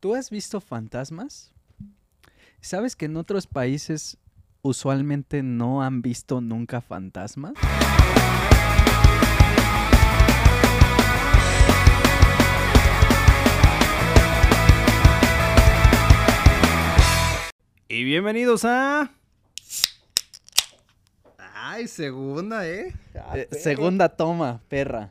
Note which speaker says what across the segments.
Speaker 1: ¿Tú has visto fantasmas? ¿Sabes que en otros países usualmente no han visto nunca fantasmas?
Speaker 2: Y bienvenidos a.
Speaker 3: Ay, segunda, ¿eh? Ah,
Speaker 1: Eh, segunda toma, perra.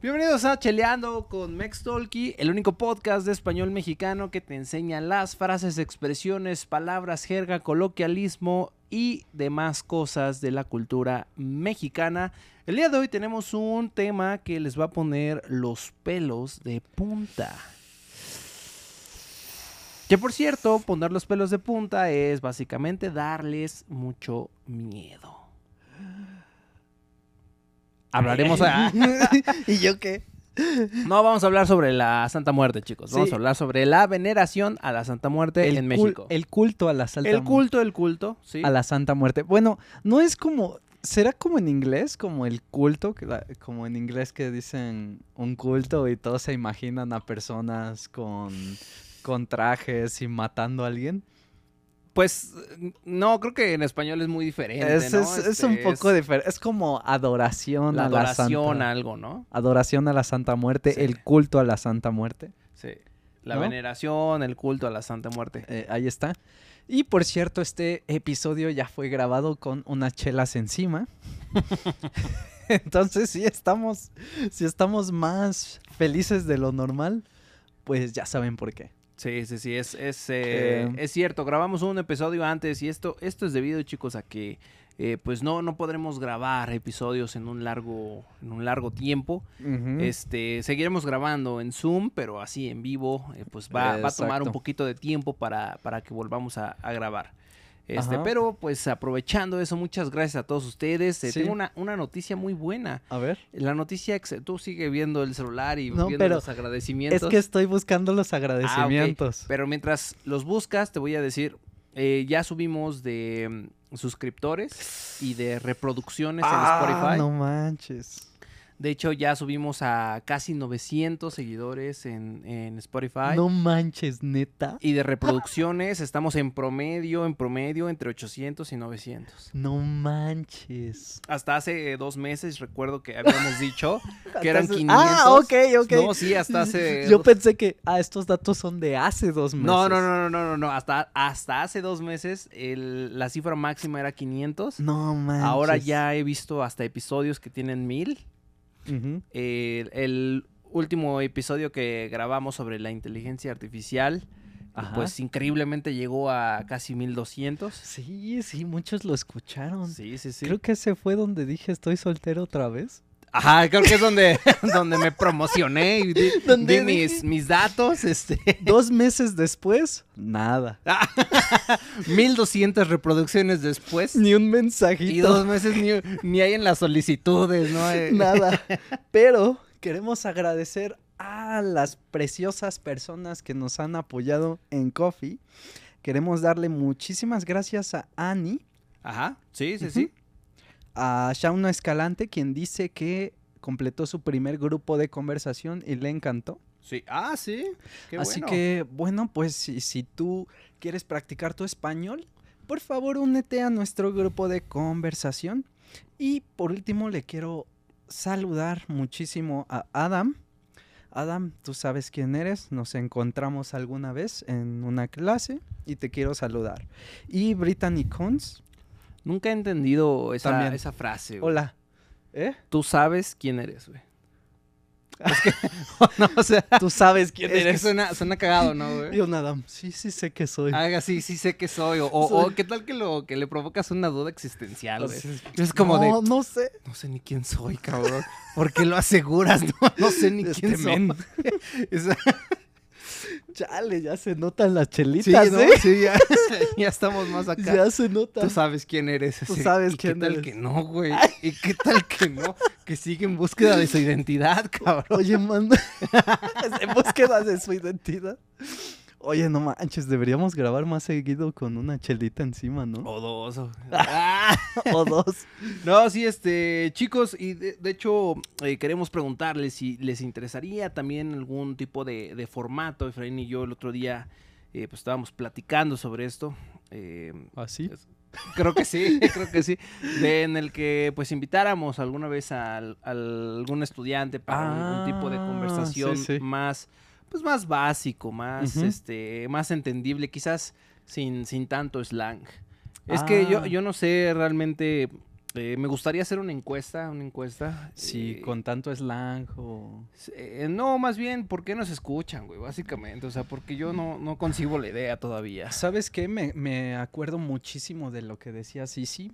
Speaker 2: Bienvenidos a Cheleando con Mex Talkie, el único podcast de español mexicano que te enseña las frases, expresiones, palabras, jerga, coloquialismo y demás cosas de la cultura mexicana. El día de hoy tenemos un tema que les va a poner los pelos de punta. Que por cierto, poner los pelos de punta es básicamente darles mucho miedo. Hablaremos a...
Speaker 1: ¿Y yo qué?
Speaker 2: No vamos a hablar sobre la Santa Muerte, chicos. Vamos
Speaker 1: Sí.
Speaker 2: a hablar sobre la veneración a la Santa Muerte en
Speaker 1: cul-
Speaker 2: México. El,
Speaker 1: el culto a la Santa Muerte.
Speaker 2: culto, el culto, sí.
Speaker 1: A la Santa Muerte. Bueno, no es como. ¿Será como en inglés? Como el culto, que la- como en inglés que dicen un culto y todos se imaginan a personas con, con trajes y matando a alguien.
Speaker 2: Pues n- no, creo que en español es muy diferente.
Speaker 1: Es,
Speaker 2: ¿no?
Speaker 1: es- es
Speaker 2: Este,
Speaker 1: un poco
Speaker 2: es
Speaker 1: diferente. Es como adoración
Speaker 2: la
Speaker 1: a
Speaker 2: adoración,
Speaker 1: la Santa.
Speaker 2: algo, ¿no?
Speaker 1: Adoración a la Santa Muerte,
Speaker 2: Sí.
Speaker 1: el culto a la Santa Muerte.
Speaker 2: Sí. La
Speaker 1: ¿No?
Speaker 2: veneración, el culto a la Santa Muerte.
Speaker 1: Eh, ahí está. Y por cierto, este episodio ya fue grabado con unas chelas encima. Entonces, si estamos, si estamos más felices de lo normal, pues ya saben por qué.
Speaker 2: Sí, sí, sí, es, es, eh,
Speaker 1: Eh,
Speaker 2: es cierto. Grabamos un episodio antes y esto, esto es debido, chicos, a que eh, pues no, no podremos grabar episodios en un largo, en un largo tiempo. Este, seguiremos grabando en Zoom, pero así en vivo, eh, pues va, va a tomar
Speaker 1: Exacto.
Speaker 2: un poquito de tiempo para, para que volvamos a, a grabar. Este,
Speaker 1: Ajá.
Speaker 2: pero pues aprovechando eso, muchas gracias a todos ustedes. Eh,
Speaker 1: Sí.
Speaker 2: Tengo una, una noticia muy buena.
Speaker 1: A ver.
Speaker 2: La noticia que tú sigue viendo el celular y
Speaker 1: No,
Speaker 2: viendo
Speaker 1: pero
Speaker 2: los agradecimientos.
Speaker 1: Es que estoy buscando los
Speaker 2: Ah, ok.
Speaker 1: agradecimientos.
Speaker 2: Pero mientras los buscas, te voy a decir, eh, ya subimos de mm, suscriptores y de reproducciones
Speaker 1: Ah,
Speaker 2: en Spotify.
Speaker 1: No manches.
Speaker 2: De hecho, ya subimos a casi 900 seguidores en, en Spotify.
Speaker 1: No manches, neta.
Speaker 2: Y de reproducciones estamos en promedio, en promedio, entre 800 y 900.
Speaker 1: No manches.
Speaker 2: Hasta hace eh, dos meses recuerdo que habíamos dicho que eran
Speaker 1: Entonces-
Speaker 2: 500.
Speaker 1: Ah, ok, ok.
Speaker 2: No, sí, hasta hace...
Speaker 1: Yo
Speaker 2: dos-
Speaker 1: pensé que, ah, estos datos son de hace dos meses.
Speaker 2: no, no, no, no, no, no, no, hasta, hasta hace dos meses el- la cifra máxima era 500.
Speaker 1: No manches.
Speaker 2: Ahora ya he visto hasta episodios que tienen 1000.
Speaker 1: Ujú.
Speaker 2: el, eh, el último episodio que grabamos sobre la inteligencia artificial,
Speaker 1: Ajá.
Speaker 2: pues increíblemente llegó a casi 1200.
Speaker 1: Sí, sí, muchos lo escucharon.
Speaker 2: Sí, sí, sí.
Speaker 1: Creo que ese fue donde dije estoy soltero otra vez.
Speaker 2: Ajá, creo que es donde, donde me promocioné y di,
Speaker 1: Donde
Speaker 2: di mis,
Speaker 1: dije-
Speaker 2: mis datos. Este,
Speaker 1: Dos meses después, nada.
Speaker 2: 1200 reproducciones después.
Speaker 1: Ni un
Speaker 2: Y
Speaker 1: mensajito,
Speaker 2: dos meses ni, ni hay en las solicitudes, ¿no? Eh,
Speaker 1: nada. Pero queremos agradecer a las preciosas personas que nos han apoyado en Coffee. Queremos darle muchísimas gracias a Ani,
Speaker 2: Ajá, sí, sí, sí.
Speaker 1: a Shauna Escalante, quien dice que completó su primer grupo de conversación y le encantó.
Speaker 2: Sí, ah, sí. qué
Speaker 1: Así
Speaker 2: bueno.
Speaker 1: que, bueno, pues si, si tú quieres practicar tu español, por favor únete a nuestro grupo de conversación. Y por último, le quiero saludar muchísimo a Adam. Adam, tú sabes quién eres, nos encontramos alguna vez en una clase y te quiero saludar. Y Brittany Cons,
Speaker 2: Nunca he entendido esa,
Speaker 1: También.
Speaker 2: esa frase. güey.
Speaker 1: hola. ¿Eh?
Speaker 2: Tú sabes quién eres, güey. Es que, no, o sea,
Speaker 1: Tú sabes quién
Speaker 2: es que
Speaker 1: eres.
Speaker 2: suena, suena cagado, ¿no,
Speaker 1: Y
Speaker 2: güey?
Speaker 1: un Adam, sí, sí sé que soy.
Speaker 2: Haga sí, sí sé que soy. O, o- o qué tal que lo que le provocas una duda existencial, güey.
Speaker 1: Entonces,
Speaker 2: Es como de,
Speaker 1: Oh, No, no sé.
Speaker 2: no sé ni quién soy, cabrón. ¿Por qué lo aseguras? No, no sé ni
Speaker 1: Este
Speaker 2: quién soy.
Speaker 1: men.
Speaker 2: Es-
Speaker 1: Chale, ya se notan las
Speaker 2: sí,
Speaker 1: chelitas,
Speaker 2: ¿no?
Speaker 1: ¿eh?
Speaker 2: Sí, ya, ya estamos más acá.
Speaker 1: Ya se nota.
Speaker 2: Tú sabes quién eres.
Speaker 1: Tú
Speaker 2: así.
Speaker 1: sabes
Speaker 2: ¿Y
Speaker 1: quién
Speaker 2: qué tal
Speaker 1: eres.
Speaker 2: que no, güey? ¿Y qué tal que no? Que sigue en búsqueda de su identidad, cabrón.
Speaker 1: Oye, manda. en búsqueda de su identidad.
Speaker 4: Oye, no manches, deberíamos grabar más seguido con una chelita encima, ¿no?
Speaker 2: Odoso. Ah.
Speaker 4: O dos.
Speaker 2: No, sí, este, chicos, y de, de hecho eh, queremos preguntarles si les interesaría también algún tipo de, de formato. Efraín y yo el otro día eh, pues estábamos platicando sobre esto. eh,
Speaker 4: ¿Así?
Speaker 2: creo que sí, creo que sí. De, en el que pues invitáramos alguna vez al- al- algún estudiante para
Speaker 4: Ah,
Speaker 2: algún tipo de conversación
Speaker 4: sí, sí.
Speaker 2: más, pues más básico, más,
Speaker 4: Ujú.
Speaker 2: este, más entendible, quizás sin, sin tanto slang. Es que yo,
Speaker 4: Ah.
Speaker 2: yo no sé realmente. eh, me gustaría hacer una encuesta, una encuesta.
Speaker 4: Sí,
Speaker 2: eh,
Speaker 4: con tanto slang o...
Speaker 2: eh, no, más bien, ¿por qué nos escuchan, güey? Básicamente, o sea, porque yo no, no concibo la idea todavía.
Speaker 4: ¿Sabes qué? Me, me acuerdo muchísimo de lo que decía Sisi,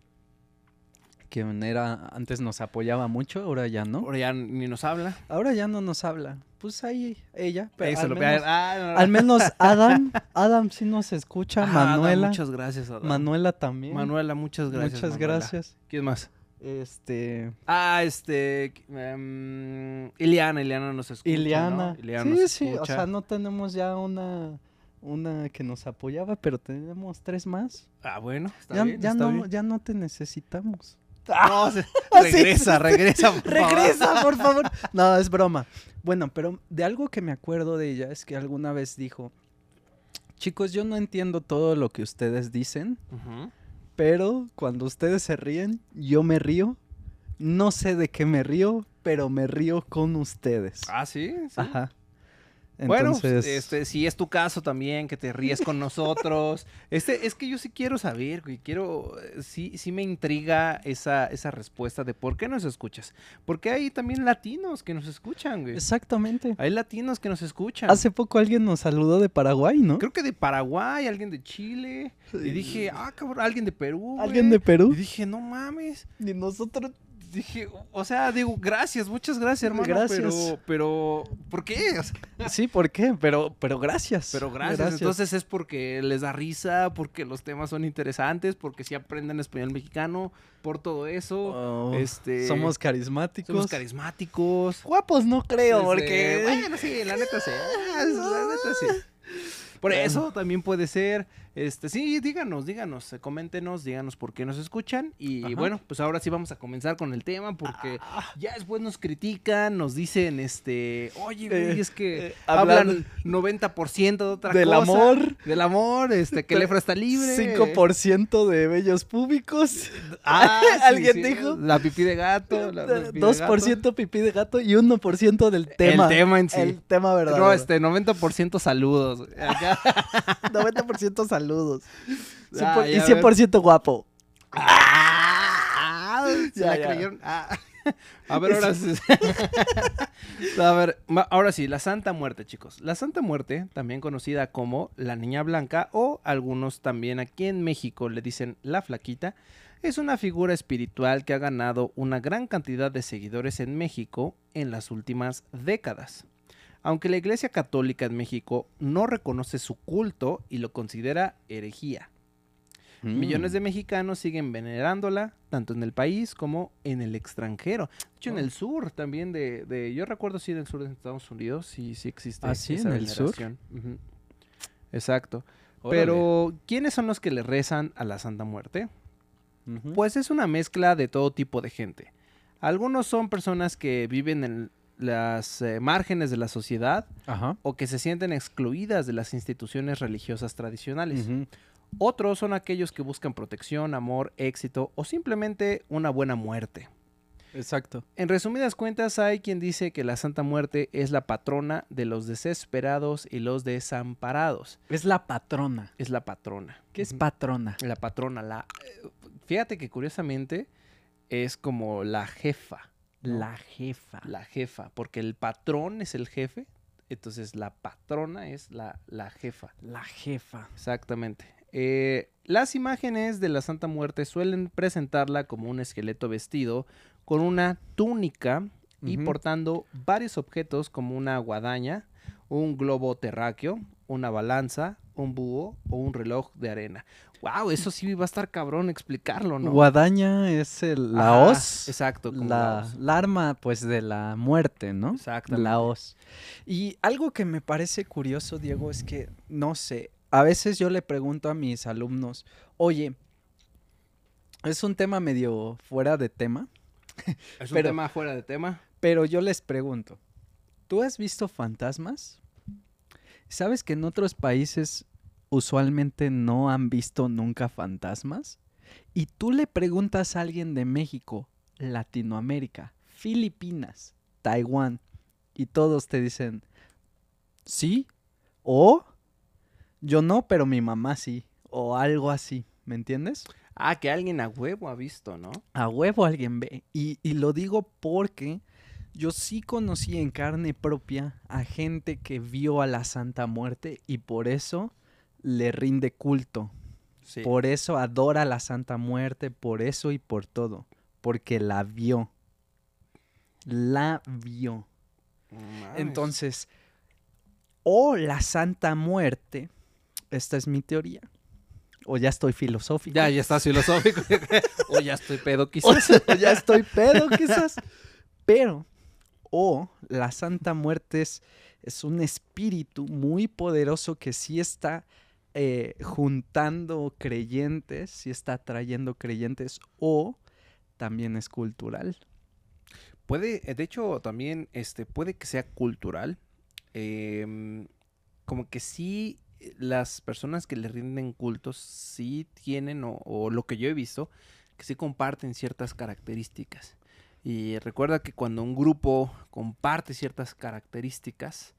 Speaker 4: que era, antes nos apoyaba mucho, ahora ya no.
Speaker 2: Ahora ya ni nos habla.
Speaker 4: Ahora ya no nos habla. Pues ahí ella, pero
Speaker 2: Eso
Speaker 4: al,
Speaker 2: lo que-
Speaker 4: menos,
Speaker 2: ah, no, no.
Speaker 4: al menos Adam, Adam sí nos
Speaker 2: Ah,
Speaker 4: escucha,
Speaker 2: Adán,
Speaker 4: Manuela,
Speaker 2: muchas gracias, Adán.
Speaker 4: Manuela también.
Speaker 2: Manuela, muchas gracias.
Speaker 4: Muchas
Speaker 2: Manuela.
Speaker 4: gracias.
Speaker 2: ¿Quién más?
Speaker 4: Este,
Speaker 2: Ah, este. em, Ileana, Ileana nos escucha. ¿no?
Speaker 4: Ileana.
Speaker 2: Ileana
Speaker 4: sí,
Speaker 2: nos
Speaker 4: sí, o
Speaker 2: escucha.
Speaker 4: sea, no tenemos ya una una que nos apoyaba, pero tenemos tres más.
Speaker 2: Ah, bueno. Está
Speaker 4: Ya,
Speaker 2: bien,
Speaker 4: ya
Speaker 2: está
Speaker 4: no
Speaker 2: bien.
Speaker 4: ya no te necesitamos.
Speaker 2: No, se- regresa, regresa. por favor.
Speaker 4: Ah, Regresa, por favor. No, es broma. Bueno, pero de algo que me acuerdo de ella es que alguna vez dijo, chicos, yo no entiendo todo lo que ustedes dicen,
Speaker 2: Ujú.
Speaker 4: pero cuando ustedes se ríen, yo me río. No sé de qué me río, pero me río con ustedes.
Speaker 2: Ah, sí. sí.
Speaker 4: Ajá.
Speaker 2: Bueno,
Speaker 4: Entonces,
Speaker 2: pues, este, si es tu caso también, que te ríes con nosotros. Este, es que yo sí quiero saber, güey. Quiero, eh, sí, sí me intriga esa, esa respuesta de por qué nos escuchas. Porque hay también latinos que nos escuchan, güey.
Speaker 4: exactamente.
Speaker 2: Hay latinos que nos escuchan.
Speaker 4: Hace poco alguien nos saludó de Paraguay, ¿no?
Speaker 2: Creo que de Paraguay, alguien de Chile. Y dije, ah, cabrón, alguien de Perú.
Speaker 4: Alguien de
Speaker 2: güey.
Speaker 4: Perú.
Speaker 2: Y dije, no mames.
Speaker 4: Ni nosotros.
Speaker 2: Dije, o sea, digo, gracias, muchas gracias, hermano.
Speaker 4: Gracias.
Speaker 2: Pero, pero, ¿por qué? O sea,
Speaker 4: Sí, ¿por qué? Pero, pero gracias.
Speaker 2: Pero gracias. Entonces es porque les da risa, porque los temas son interesantes, porque sí aprenden español mexicano, por todo eso.
Speaker 4: Oh,
Speaker 2: este,
Speaker 4: somos carismáticos.
Speaker 2: somos carismáticos.
Speaker 4: Guapos no creo,
Speaker 2: Este,
Speaker 4: porque.
Speaker 2: Bueno, sí, la neta sí. ah, La neta sí. Por
Speaker 4: Bueno.
Speaker 2: eso también puede ser. Este, sí, díganos, díganos, eh, coméntenos, díganos por qué nos escuchan. Y
Speaker 4: Ajá. Ah.
Speaker 2: bueno, pues ahora sí vamos a comenzar con el tema, porque ya después nos critican, nos dicen, este, oye, güey,
Speaker 4: Eh,
Speaker 2: es que
Speaker 4: eh,
Speaker 2: hablan
Speaker 4: hablan
Speaker 2: 90% de otra
Speaker 4: del
Speaker 2: cosa.
Speaker 4: amor.
Speaker 2: Del amor, este, que el Efra está libre.
Speaker 4: 5% de bellos públicos,
Speaker 2: Ah, sí,
Speaker 4: ¿Alguien
Speaker 2: sí,
Speaker 4: dijo?
Speaker 2: La pipí de gato. la pipí de
Speaker 4: 2% pipí de gato y 1% del tema.
Speaker 2: El tema en sí.
Speaker 4: El tema verdadero.
Speaker 2: No, este, 90% saludos. güey. Acá.
Speaker 4: 90% saludos.
Speaker 2: Ah,
Speaker 4: Cien por-
Speaker 2: ya
Speaker 4: y 100% guapo.
Speaker 2: Ah, se
Speaker 4: Ya,
Speaker 2: la
Speaker 4: ya.
Speaker 2: creyeron. Ah. A ver, ahora sí. A ver, ma- ahora sí, la Santa Muerte, chicos. La Santa Muerte, también conocida como la Niña Blanca o algunos también aquí en México le dicen la Flaquita, es una figura espiritual que ha ganado una gran cantidad de seguidores en México en las últimas décadas. Aunque la Iglesia Católica en México no reconoce su culto y lo considera herejía.
Speaker 4: Mm.
Speaker 2: Millones de mexicanos siguen venerándola, tanto en el país como en el extranjero. De hecho, en
Speaker 4: Oh.
Speaker 2: el sur también de, de- yo recuerdo sí en el sur de Estados Unidos sí, sí existe.
Speaker 4: ¿Ah, sí? ¿En el sur?
Speaker 2: veneración. Ujú. Exacto. Pero, ¿quiénes son los que le rezan a la Santa Muerte?
Speaker 4: Ujú.
Speaker 2: Pues es una mezcla de todo tipo de gente. Algunos son personas que viven en las eh, márgenes de la sociedad
Speaker 4: Ajá.
Speaker 2: o que se sienten excluidas de las instituciones religiosas tradicionales.
Speaker 4: Ujú.
Speaker 2: Otros son aquellos que buscan protección, amor, éxito o simplemente una buena muerte.
Speaker 4: Exacto.
Speaker 2: En resumidas cuentas, hay quien dice que la Santa Muerte es la patrona de los desesperados y los desamparados.
Speaker 4: Es la patrona.
Speaker 2: Es la patrona.
Speaker 4: ¿Qué es
Speaker 2: Ujú.
Speaker 4: patrona?
Speaker 2: La patrona, la... eh, Fíjate que curiosamente es como la jefa,
Speaker 4: La jefa.
Speaker 2: la jefa, porque el patrón es el jefe, entonces la patrona es la, la jefa.
Speaker 4: La jefa.
Speaker 2: Exactamente. Eh, las imágenes de la Santa Muerte suelen presentarla como un esqueleto vestido con una túnica y
Speaker 4: Ujú.
Speaker 2: portando varios objetos como una guadaña, un globo terráqueo, una balanza, un búho o un reloj de arena. Wow, eso sí va a estar cabrón explicarlo, ¿no?
Speaker 4: Guadaña es el, la
Speaker 2: Ajá,
Speaker 4: hoz.
Speaker 2: Exacto, como la
Speaker 4: la,
Speaker 2: hoz.
Speaker 4: la arma, pues, de la muerte, ¿no?
Speaker 2: Exactamente.
Speaker 4: La hoz. Y algo que me parece curioso, Diego, es que, no sé, a veces yo le pregunto a mis alumnos, oye, es un tema medio fuera de tema,
Speaker 2: Es un
Speaker 4: Pero-
Speaker 2: tema fuera de tema.
Speaker 4: pero yo les pregunto, ¿tú has visto fantasmas? ¿Sabes que en otros países usualmente no han visto nunca fantasmas? Y tú le preguntas a alguien de México, Latinoamérica, Filipinas, Taiwán, y todos te dicen, sí, o yo no, pero mi mamá sí, o algo así, ¿me entiendes?
Speaker 2: Ah, que alguien a huevo ha visto, ¿no?
Speaker 4: A huevo alguien ve. Y, y lo digo porque yo sí conocí en carne propia a gente que vio a la Santa Muerte y por eso le rinde culto.
Speaker 2: Sí.
Speaker 4: Por eso adora a la Santa Muerte, por eso y por todo. Porque la vio. La vio.
Speaker 2: No mames.
Speaker 4: Entonces, o la Santa Muerte, esta es mi teoría, o ya estoy filosófico.
Speaker 2: Ya, ya estás filosófico. o ya estoy pedo,
Speaker 4: O
Speaker 2: quizás.
Speaker 4: sea, ya estoy pedo, quizás. Pero, o la Santa Muerte es, es un espíritu muy poderoso que sí está eh, juntando creyentes, sí está atrayendo creyentes, o también es cultural.
Speaker 2: Puede, eh, de hecho, también, este, puede que sea cultural. Em, como que sí, eh, las personas que le rinden cultos sí tienen, o, o lo que yo he visto, que sí comparten ciertas características. Y recuerda que cuando un grupo comparte ciertas características,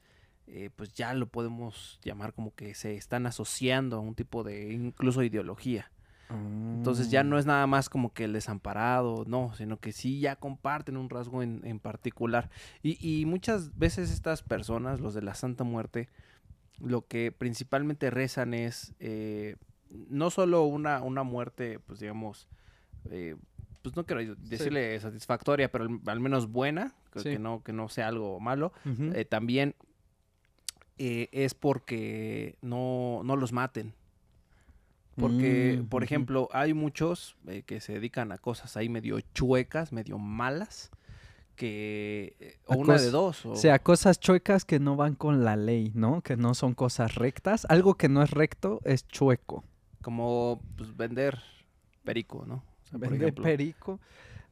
Speaker 2: eh, pues ya lo podemos llamar como que se están asociando a un tipo de incluso ideología. Entonces
Speaker 1: Mm.
Speaker 2: ya no es nada más como que el desamparado, no, sino que sí ya comparten un rasgo en, en particular. Y, y muchas veces estas personas, los de la Santa Muerte, lo que principalmente rezan es eh, no solo una, una muerte, pues digamos, eh, pues no quiero decirle satisfactoria, pero al, al menos buena, que,
Speaker 4: Sí.
Speaker 2: que no, que no sea algo malo,
Speaker 4: Ujú.
Speaker 2: eh, también eh, es porque no, no los maten. Porque,
Speaker 4: Mm,
Speaker 2: por
Speaker 4: ujú.
Speaker 2: ejemplo, hay muchos eh, que se dedican a cosas ahí medio chuecas, medio malas, que... eh, o
Speaker 4: A
Speaker 2: una de
Speaker 4: cos-
Speaker 2: dos. O,
Speaker 4: O sea, cosas chuecas que no van con la ley, ¿no? Que no son cosas rectas. Algo que no es recto es chueco.
Speaker 2: como pues, vender perico, ¿no? O sea, por
Speaker 4: Vender
Speaker 2: ejemplo.
Speaker 4: perico.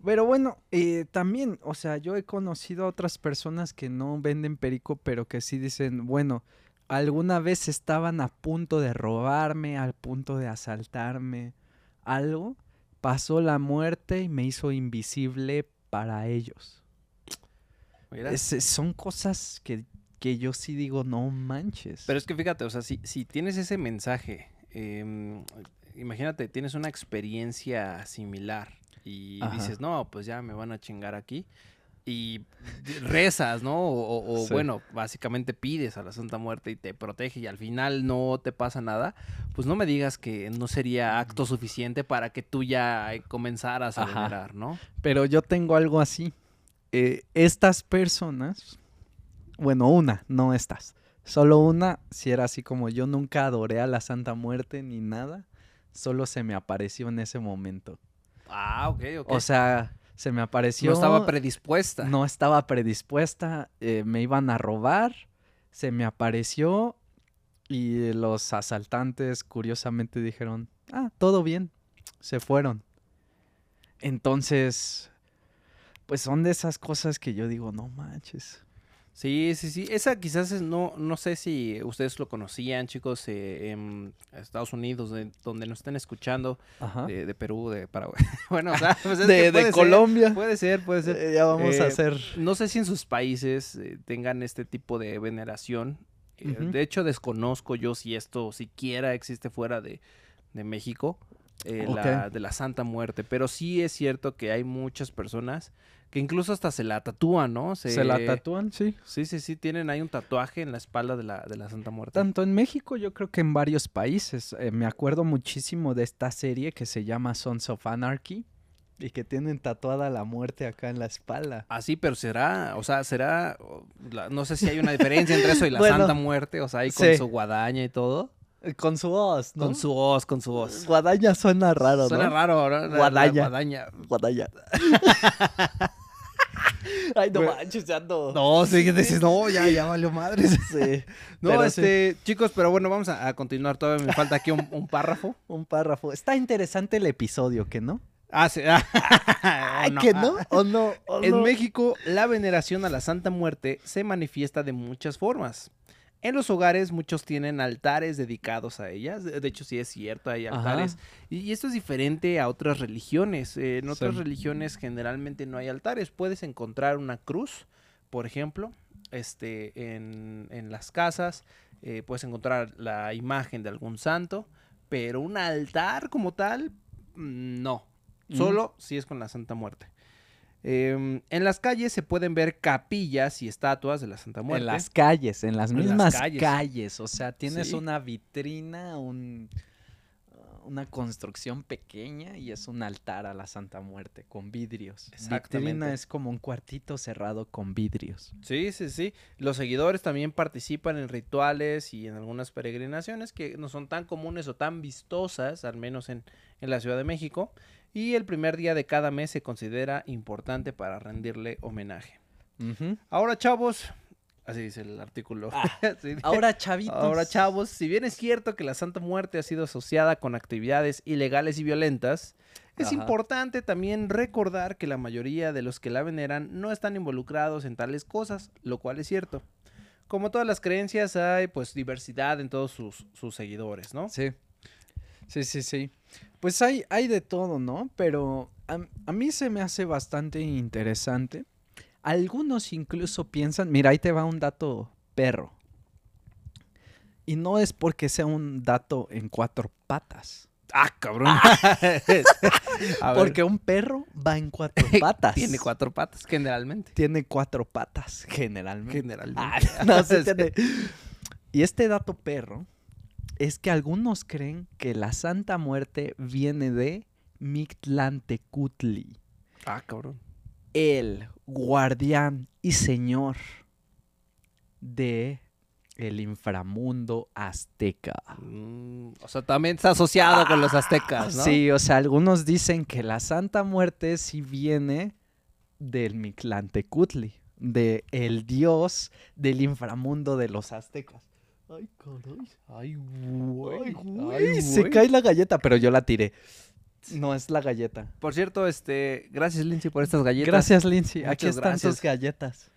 Speaker 4: Pero bueno, eh, también, o sea, yo he conocido a otras personas que no venden perico, pero que sí dicen, bueno, alguna vez estaban a punto de robarme, al punto de asaltarme, algo. Pasó la muerte y me hizo invisible para ellos.
Speaker 2: Mira.
Speaker 4: Es- son cosas que, que yo sí digo, no manches.
Speaker 2: Pero es que fíjate, o sea, si, si tienes ese mensaje, em, imagínate, tienes una experiencia similar y
Speaker 4: Ajá.
Speaker 2: dices, no, pues ya me van a chingar aquí. Y di- rezas, ¿no? O, o- o,
Speaker 4: Sí.
Speaker 2: bueno, básicamente pides a la Santa Muerte y te protege y al final no te pasa nada. Pues no me digas que no sería acto suficiente para que tú ya eh, comenzaras a
Speaker 4: Ajá.
Speaker 2: venerar, ¿no?
Speaker 4: Pero yo tengo algo así. Eh, estas personas, bueno, una, no estas. Solo una, si era así como yo nunca adoré a la Santa Muerte ni nada, solo se me apareció en ese momento.
Speaker 2: Ah, ok, ok.
Speaker 4: O sea, se me apareció.
Speaker 2: no estaba predispuesta.
Speaker 4: No estaba predispuesta, eh, me iban a robar, se me apareció y los asaltantes curiosamente dijeron, ah, todo bien, se fueron. Entonces, pues son de esas cosas que yo digo, no manches.
Speaker 2: Sí, sí, sí. Esa quizás es, no, no sé si ustedes lo conocían, chicos, eh, en Estados Unidos, de- donde nos estén escuchando,
Speaker 4: Ajá.
Speaker 2: de, de Perú, de Paraguay. bueno, o sea, pues es
Speaker 4: De,
Speaker 2: que
Speaker 4: de
Speaker 2: puede ser,
Speaker 4: Colombia.
Speaker 2: Puede ser, puede ser.
Speaker 4: Eh, ya vamos
Speaker 2: Eh,
Speaker 4: a hacer...
Speaker 2: No sé si en sus países eh, tengan este tipo de veneración. Eh,
Speaker 4: Ujú.
Speaker 2: De hecho, desconozco yo si esto siquiera existe fuera de, de México, eh,
Speaker 4: Ok.
Speaker 2: la- de la Santa Muerte. Pero sí es cierto que hay muchas personas que incluso hasta se la tatúan, ¿no?
Speaker 4: Se... la tatúan? Sí.
Speaker 2: Sí, sí, sí, tienen ahí un tatuaje en la espalda de la, de la Santa Muerte.
Speaker 4: Tanto en México, yo creo que en varios países. Eh, me acuerdo muchísimo de esta serie que se llama Sons of Anarchy. Y que tienen tatuada la muerte acá en la espalda.
Speaker 2: Así, Ah, pero será, o sea, será, o, la- no sé si hay una diferencia entre eso y la
Speaker 4: Bueno.
Speaker 2: Santa Muerte, o sea, ahí con
Speaker 4: Sí.
Speaker 2: su guadaña y todo.
Speaker 4: Eh, Con su voz, ¿no?
Speaker 2: Con su voz, con su voz.
Speaker 4: Guadaña suena raro,
Speaker 2: Suena
Speaker 4: ¿no?
Speaker 2: raro, ¿no? La- la
Speaker 4: Guadaña.
Speaker 2: guadaña.
Speaker 4: Guadaña. Ay, no
Speaker 2: Güey.
Speaker 4: manches, ya ando.
Speaker 2: No, sí, que dices, no, ya, ya valió madres.
Speaker 4: Sí.
Speaker 2: No,
Speaker 4: Pero sí,
Speaker 2: este, chicos, pero bueno, vamos a, a continuar. Todavía me falta aquí un, un párrafo.
Speaker 4: Un párrafo. Está interesante el episodio, ¿que no?
Speaker 2: Ah, sí. ah,
Speaker 4: Ay,
Speaker 2: no,
Speaker 4: ¿que
Speaker 2: ah.
Speaker 4: no? ¿O no? ¿O
Speaker 2: En
Speaker 4: Oh, no?
Speaker 2: México, la veneración a la Santa Muerte se manifiesta de muchas formas. En los hogares muchos tienen altares dedicados a ellas. De de hecho, sí es cierto, hay
Speaker 4: Ajá.
Speaker 2: altares. Y, y esto es diferente a otras religiones. Eh, en
Speaker 4: Sí.
Speaker 2: otras religiones generalmente no hay altares. Puedes encontrar una cruz, por ejemplo, este, en, en las casas. eh, puedes encontrar la imagen de algún santo. Pero un altar como tal, mm, no.
Speaker 4: Mm.
Speaker 2: Solo si es con la Santa Muerte. Em, en las calles se pueden ver capillas y estatuas de la Santa Muerte.
Speaker 4: En las calles, en las
Speaker 2: En las
Speaker 4: mismas
Speaker 2: calles.
Speaker 4: calles. O sea, tienes
Speaker 2: Sí.
Speaker 4: una vitrina, un, una construcción pequeña y es un altar a la Santa Muerte con vidrios.
Speaker 2: Exactamente.
Speaker 4: Vitrina es como un cuartito cerrado con vidrios.
Speaker 2: Sí, sí, sí. Los seguidores también participan en rituales y en algunas peregrinaciones que no son tan comunes o tan vistosas, al menos en, en la Ciudad de México. Y el primer día de cada mes se considera importante para rendirle homenaje. Ahora, chavos, así dice el artículo.
Speaker 4: Ah.
Speaker 2: Sí,
Speaker 4: Ahora, chavitos.
Speaker 2: Ahora, chavos, si bien es cierto que la Santa Muerte ha sido asociada con actividades ilegales y violentas, es
Speaker 4: Ajá.
Speaker 2: importante también recordar que la mayoría de los que la veneran no están involucrados en tales cosas, lo cual es cierto. Como todas las creencias, hay pues diversidad en todos sus, sus seguidores, ¿no?
Speaker 4: Sí. Sí, sí, sí. Pues hay, hay de todo, ¿no? Pero a, a mí se me hace bastante interesante. Algunos incluso piensan, mira, ahí te va un dato perro. Y no es porque sea un dato en cuatro patas.
Speaker 2: ¡Ah, cabrón! A ver,
Speaker 4: Porque un perro va en cuatro patas.
Speaker 2: tiene cuatro patas, generalmente.
Speaker 4: Tiene cuatro patas, generalmente. Ah,
Speaker 2: Generalmente.
Speaker 4: no, sí tiene. Y este dato perro es que algunos creen que la Santa Muerte viene de Mictlantecutli,
Speaker 2: Ah, cabrón.
Speaker 4: el guardián y señor de el inframundo azteca.
Speaker 2: Mm, o sea, también está asociado con los aztecas, ¿no?
Speaker 4: Sí, o sea, algunos dicen que la Santa Muerte sí viene del Mictlantecutli, de el dios del inframundo de los aztecas. Ay, caray.
Speaker 2: Ay, güey. ay,
Speaker 4: Ay, güey, Se
Speaker 2: güey.
Speaker 4: cae la galleta, pero yo la tiré. No es la galleta.
Speaker 2: Por cierto, este, gracias Lindsay por estas galletas.
Speaker 4: Gracias, Lindsay.
Speaker 2: Muchas
Speaker 4: Aquí están
Speaker 2: gracias.
Speaker 4: tus galletas.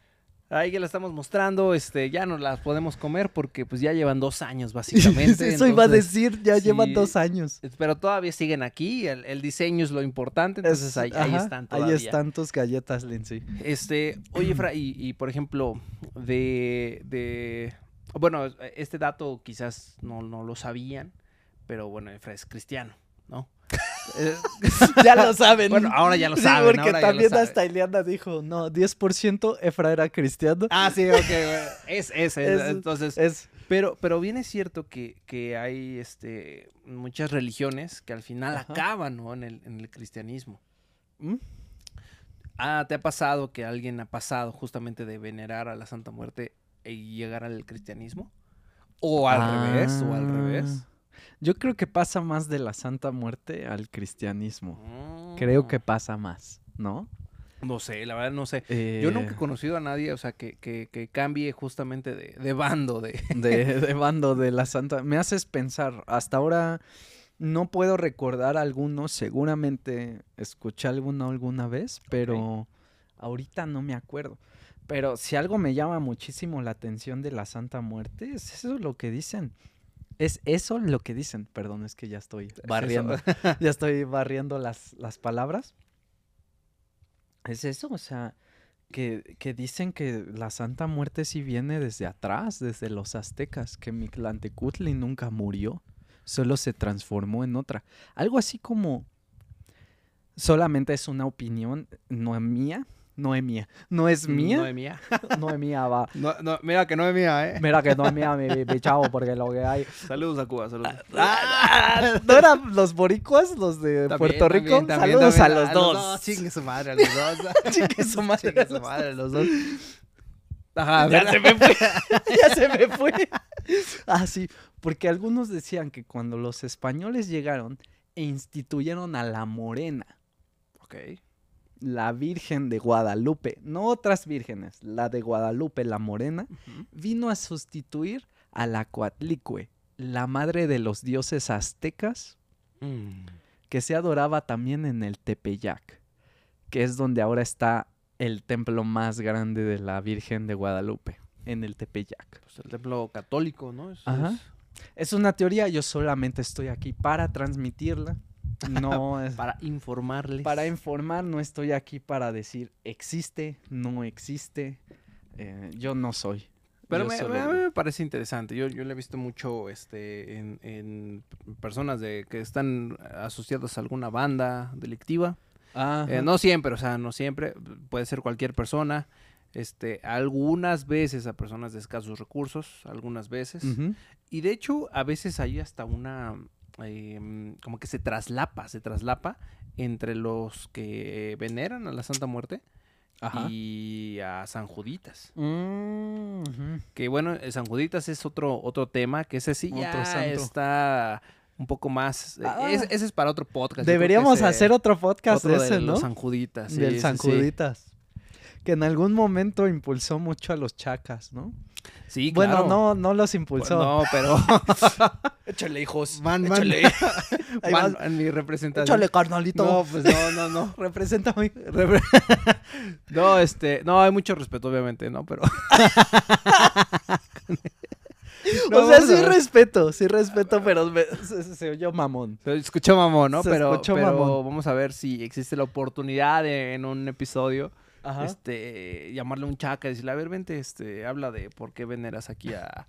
Speaker 2: Ahí ya las estamos mostrando, este, ya no las podemos comer porque pues ya llevan dos años básicamente.
Speaker 4: Eso iba a
Speaker 2: entonces,
Speaker 4: decir, ya llevan
Speaker 2: sí,
Speaker 4: dos años.
Speaker 2: Pero todavía siguen aquí, el, el diseño es lo importante, entonces
Speaker 4: Es-
Speaker 2: ahí, ahí
Speaker 4: ajá,
Speaker 2: están todavía.
Speaker 4: Ahí están tus galletas, Lindsay.
Speaker 2: Este, oye, Fra, y, y, por ejemplo, de, de- bueno, este dato quizás no, no lo sabían, pero bueno, Efra es cristiano, ¿no? Eh,
Speaker 4: ya lo saben.
Speaker 2: bueno, ahora ya lo
Speaker 4: Sí,
Speaker 2: saben.
Speaker 4: porque
Speaker 2: ahora ya lo
Speaker 4: también
Speaker 2: saben.
Speaker 4: hasta Ileana dijo, no, 10% Efra era cristiano.
Speaker 2: Ah, sí, ok, bueno, es, es, es,
Speaker 4: Es-
Speaker 2: entonces...
Speaker 4: Es
Speaker 2: Pero, pero bien es cierto que, que hay este, muchas religiones que al final
Speaker 4: Ajá.
Speaker 2: acaban ¿no? en, el, en el cristianismo.
Speaker 4: ¿Mm?
Speaker 2: Ah, ¿te ha pasado que alguien ha pasado justamente de venerar a la Santa Muerte y llegar al cristianismo? O al revés, o al revés.
Speaker 4: Ah. Yo creo que pasa más de la Santa Muerte al cristianismo. Creo que
Speaker 2: Mm,
Speaker 4: pasa más, ¿no?
Speaker 2: No sé, la verdad no sé. Yo nunca he conocido a nadie, o sea, que, que, que cambie justamente de, de bando, de...
Speaker 4: de, de bando de la Santa. Me haces pensar, hasta ahora no puedo recordar algunos, seguramente escuché alguno alguna vez, pero ahorita no me acuerdo. Pero si algo me llama muchísimo la atención de la Santa Muerte, es eso lo que dicen. Es eso lo que dicen. Perdón, es que ya estoy barriendo. ya estoy barriendo las, las palabras. Es eso, o sea, que, que dicen que la Santa Muerte sí viene desde atrás, desde los aztecas, que Mictlantecutli nunca murió, solo se transformó en otra. Algo así como, solamente es una opinión, no mía, no es mía. No es mía.
Speaker 2: No es mía.
Speaker 4: No es mía, va.
Speaker 1: No, no, mira que no es mía, ¿eh?
Speaker 4: Mira que no es mía, mi, mi chavo, porque lo que hay.
Speaker 2: Saludos a Cuba, saludos. ah,
Speaker 4: ¿No eran los boricuas, los de
Speaker 1: También,
Speaker 4: Puerto
Speaker 1: también,
Speaker 4: Rico?
Speaker 1: también,
Speaker 4: Saludos
Speaker 1: también,
Speaker 4: a los dos.
Speaker 1: Chingue su madre, a los dos.
Speaker 4: Chingue su madre
Speaker 1: Chingue
Speaker 4: a
Speaker 1: su
Speaker 4: los
Speaker 1: madre, a los dos. Ajá,
Speaker 2: Ya
Speaker 1: ¿verdad?
Speaker 2: se me fue.
Speaker 4: ya se me fue. Ah, sí, porque algunos decían que cuando los españoles llegaron e instituyeron a la morena,
Speaker 2: Ok.
Speaker 4: la Virgen de Guadalupe, no otras vírgenes, la de Guadalupe, la morena,
Speaker 2: Ujú.
Speaker 4: vino a sustituir a la Coatlicue, la madre de los dioses aztecas,
Speaker 2: Mm.
Speaker 4: que se adoraba también en el Tepeyac, que es donde ahora está el templo más grande de la Virgen de Guadalupe, en el Tepeyac.
Speaker 2: Pues el templo católico, ¿no? Eso
Speaker 4: Ajá.
Speaker 2: es
Speaker 4: Es una teoría, yo solamente estoy aquí para transmitirla. No es- para,
Speaker 2: para informarles.
Speaker 4: informar, no estoy aquí para decir existe, no existe. eh, yo no soy.
Speaker 2: Pero
Speaker 4: yo
Speaker 2: me,
Speaker 4: solo
Speaker 2: me-
Speaker 4: digo.
Speaker 2: me parece interesante. Yo, yo lo he visto mucho este, en, en personas de, que están asociadas a alguna banda delictiva. Eh,
Speaker 4: Ajá.
Speaker 2: no siempre, o sea, no siempre. Puede ser cualquier persona. Este, algunas veces a personas de escasos recursos, algunas veces.
Speaker 4: Ujú.
Speaker 2: Y de hecho, a veces hay hasta una. em, como que se traslapa, se traslapa entre los que veneran a la Santa Muerte
Speaker 4: Ajá.
Speaker 2: y a San Juditas.
Speaker 4: Mm, ujú.
Speaker 2: Que bueno, el San Juditas es otro, otro tema, que ese sí
Speaker 4: Otro
Speaker 2: ya
Speaker 4: santo.
Speaker 2: está un poco más. eh,
Speaker 4: Ah.
Speaker 2: es- ese es para otro podcast. yo creo que
Speaker 4: Deberíamos
Speaker 2: ese-
Speaker 4: hacer otro podcast
Speaker 2: otro
Speaker 4: de ese,
Speaker 2: de
Speaker 4: ¿no?
Speaker 2: Los San Juditas. sí,
Speaker 4: Del
Speaker 2: sí,
Speaker 4: San
Speaker 2: sí.
Speaker 4: Juditas. Que en algún momento impulsó mucho a los chacas, ¿no?
Speaker 2: Sí,
Speaker 4: Bueno,
Speaker 2: claro.
Speaker 4: no, no los
Speaker 2: Pues
Speaker 4: impulsó.
Speaker 2: no, pero. Échale, hijos.
Speaker 1: Van, van.
Speaker 2: Échale.
Speaker 4: Ahí
Speaker 2: Van,
Speaker 4: vas.
Speaker 2: en mi representación.
Speaker 4: Échale, carnalito.
Speaker 2: No, pues no, no, no.
Speaker 4: Representa a mí.
Speaker 2: Repre- no, este, no, hay mucho respeto, obviamente, ¿no? Pero. No,
Speaker 4: o sea,
Speaker 2: vamos
Speaker 4: sí
Speaker 2: a ver.
Speaker 4: respeto, sí respeto, pero me- se, se- se oyó mamón.
Speaker 2: Se escuchó mamón, ¿no?
Speaker 4: Se
Speaker 2: pero
Speaker 4: escuchó
Speaker 2: pero
Speaker 4: mamón.
Speaker 2: vamos a ver si existe la oportunidad de- en un episodio
Speaker 4: Ajá.
Speaker 2: este llamarle a un chaca y decirle, a ver, vente, este, habla de por qué veneras aquí a.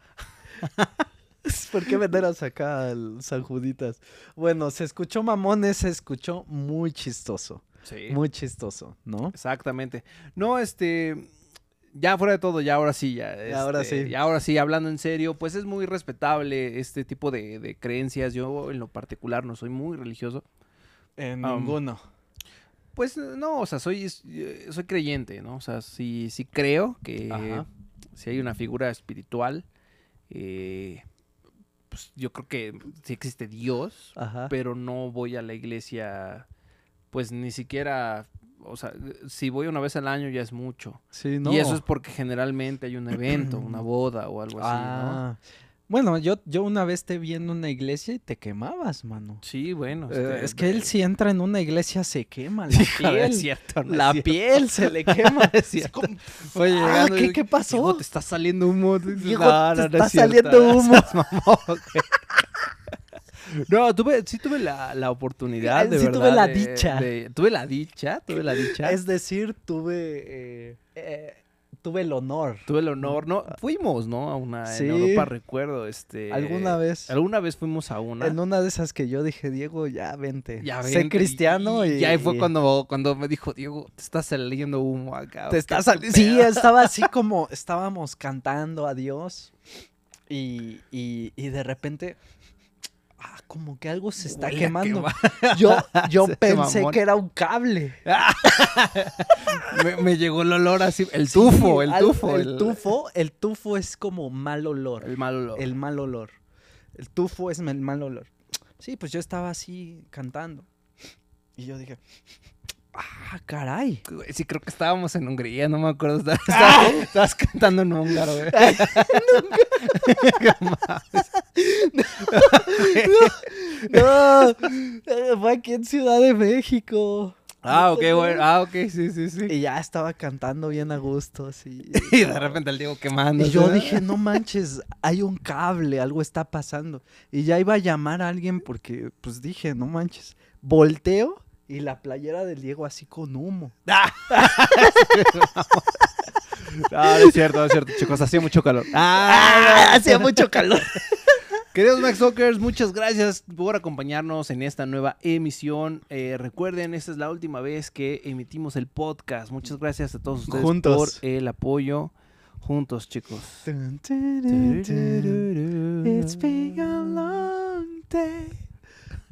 Speaker 4: ¿Por qué venderas acá al San Juditas? Bueno, se escuchó mamón, se escuchó muy chistoso.
Speaker 2: Sí.
Speaker 4: Muy chistoso, ¿no?
Speaker 2: Exactamente. No, este. Ya fuera de todo, ya ahora sí, ya.
Speaker 4: ahora
Speaker 2: este,
Speaker 4: sí.
Speaker 2: Ya ahora sí, hablando en serio, pues es muy respetable este tipo de, de creencias. Yo, en lo particular, no soy muy religioso.
Speaker 4: En
Speaker 2: Um,
Speaker 4: ninguno.
Speaker 2: Pues no, o sea, soy, eh, soy creyente, ¿no? O sea, sí, sí creo que
Speaker 4: Ajá.
Speaker 2: si hay una figura espiritual, eh, pues yo creo que sí existe Dios,
Speaker 4: Ajá.
Speaker 2: pero no voy a la iglesia, pues ni siquiera, o sea, si voy una vez al año ya es mucho.
Speaker 4: Sí, no.
Speaker 2: Y eso es porque generalmente hay un evento, una boda o algo así, ¿no?
Speaker 4: Ah. Bueno, yo, yo una vez te vi en una iglesia y te quemabas, mano.
Speaker 2: Sí, bueno.
Speaker 4: Eh,
Speaker 2: este,
Speaker 4: es que él si entra en una iglesia se quema la
Speaker 2: Híjole,
Speaker 4: piel.
Speaker 2: es cierto, no es
Speaker 4: la
Speaker 2: cierto.
Speaker 4: piel se le quema.
Speaker 2: Es cierto.
Speaker 4: como-
Speaker 2: Oye,
Speaker 4: Ah,
Speaker 2: llegando,
Speaker 4: ¿qué-
Speaker 2: yo-
Speaker 4: qué pasó?
Speaker 2: Diego, te está saliendo humo.
Speaker 4: Diego,
Speaker 2: No,
Speaker 4: te
Speaker 2: no, no
Speaker 4: está
Speaker 2: es cierto.
Speaker 4: saliendo humo.
Speaker 2: No, tuve, sí tuve la, la oportunidad, de
Speaker 4: Eh, Sí
Speaker 2: verdad.
Speaker 4: tuve la
Speaker 2: de-
Speaker 4: dicha.
Speaker 2: de- tuve la dicha, tuve la dicha.
Speaker 4: Es decir, tuve, eh, eh, tuve el honor.
Speaker 2: Tuve el honor, ¿no? Fuimos, ¿no? A una
Speaker 4: Sí.
Speaker 2: en Europa, recuerdo, este...
Speaker 4: Alguna vez.
Speaker 2: Alguna vez fuimos a una.
Speaker 4: En una de esas que yo dije, Diego, ya vente.
Speaker 2: Ya
Speaker 4: Sé
Speaker 2: ven,
Speaker 4: cristiano y.
Speaker 2: Y ahí fue cuando, cuando me dijo, Diego, te está saliendo humo acá.
Speaker 4: Te
Speaker 2: ¿qué-
Speaker 4: estás
Speaker 2: qué
Speaker 4: al- Sí,
Speaker 2: pedo?".
Speaker 4: estaba así como. Estábamos cantando a Dios. Y, y, y de repente. Ah, como que algo se está
Speaker 2: Huele a
Speaker 4: quemando.
Speaker 2: quemado.
Speaker 4: Yo, yo
Speaker 2: Se- se
Speaker 4: pensé
Speaker 2: mamón.
Speaker 4: que era un cable.
Speaker 2: Me, me llegó el olor así. El tufo,
Speaker 4: Sí,
Speaker 2: el
Speaker 4: al-
Speaker 2: tufo.
Speaker 4: El tufo, el tufo es como mal olor.
Speaker 2: El mal olor.
Speaker 4: El mal olor. El tufo es el mal olor. Sí, pues yo estaba así cantando. Y yo dije, ah, caray.
Speaker 2: Güey, Sí, creo que estábamos en Hungría, no me acuerdo. Estabas, estabas- estabas cantando en húngaro, güey.
Speaker 4: No, eh, fue aquí en Ciudad de México.
Speaker 2: Ah, ok, bueno. Ah, ok, sí, sí, sí.
Speaker 4: Y ya estaba cantando bien a gusto, así.
Speaker 2: Y de repente el Diego quemando.
Speaker 4: Y yo dije, no manches, hay un cable, algo está pasando. Y ya iba a llamar a alguien porque, pues dije, no manches. Volteo y la playera del Diego así con humo.
Speaker 2: Ah, no es cierto, no es cierto, chicos. Hacía mucho calor. Ah,
Speaker 4: hacía mucho calor.
Speaker 2: Queridos Max Talkers, muchas gracias por acompañarnos en esta nueva emisión. Eh, recuerden, esta es la última vez que emitimos el podcast. Muchas gracias a todos ustedes
Speaker 4: Juntos.
Speaker 2: por el apoyo. Juntos, chicos.
Speaker 4: It's been a long day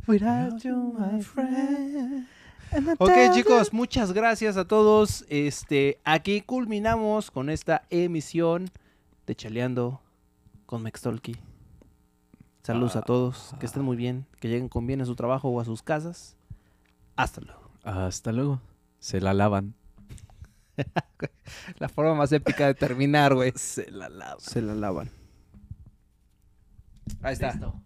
Speaker 4: without you, my friend. And I
Speaker 2: Ok,
Speaker 4: tell
Speaker 2: chicos, muchas gracias a todos. Este, aquí culminamos con esta emisión de Chaleando con Mextolki. Saludos a todos, que estén muy bien, que lleguen con bien a su trabajo o a sus casas. Hasta luego.
Speaker 5: Hasta luego. Se la lavan.
Speaker 1: La forma más épica de terminar, güey.
Speaker 2: Se la lavan. Ahí está.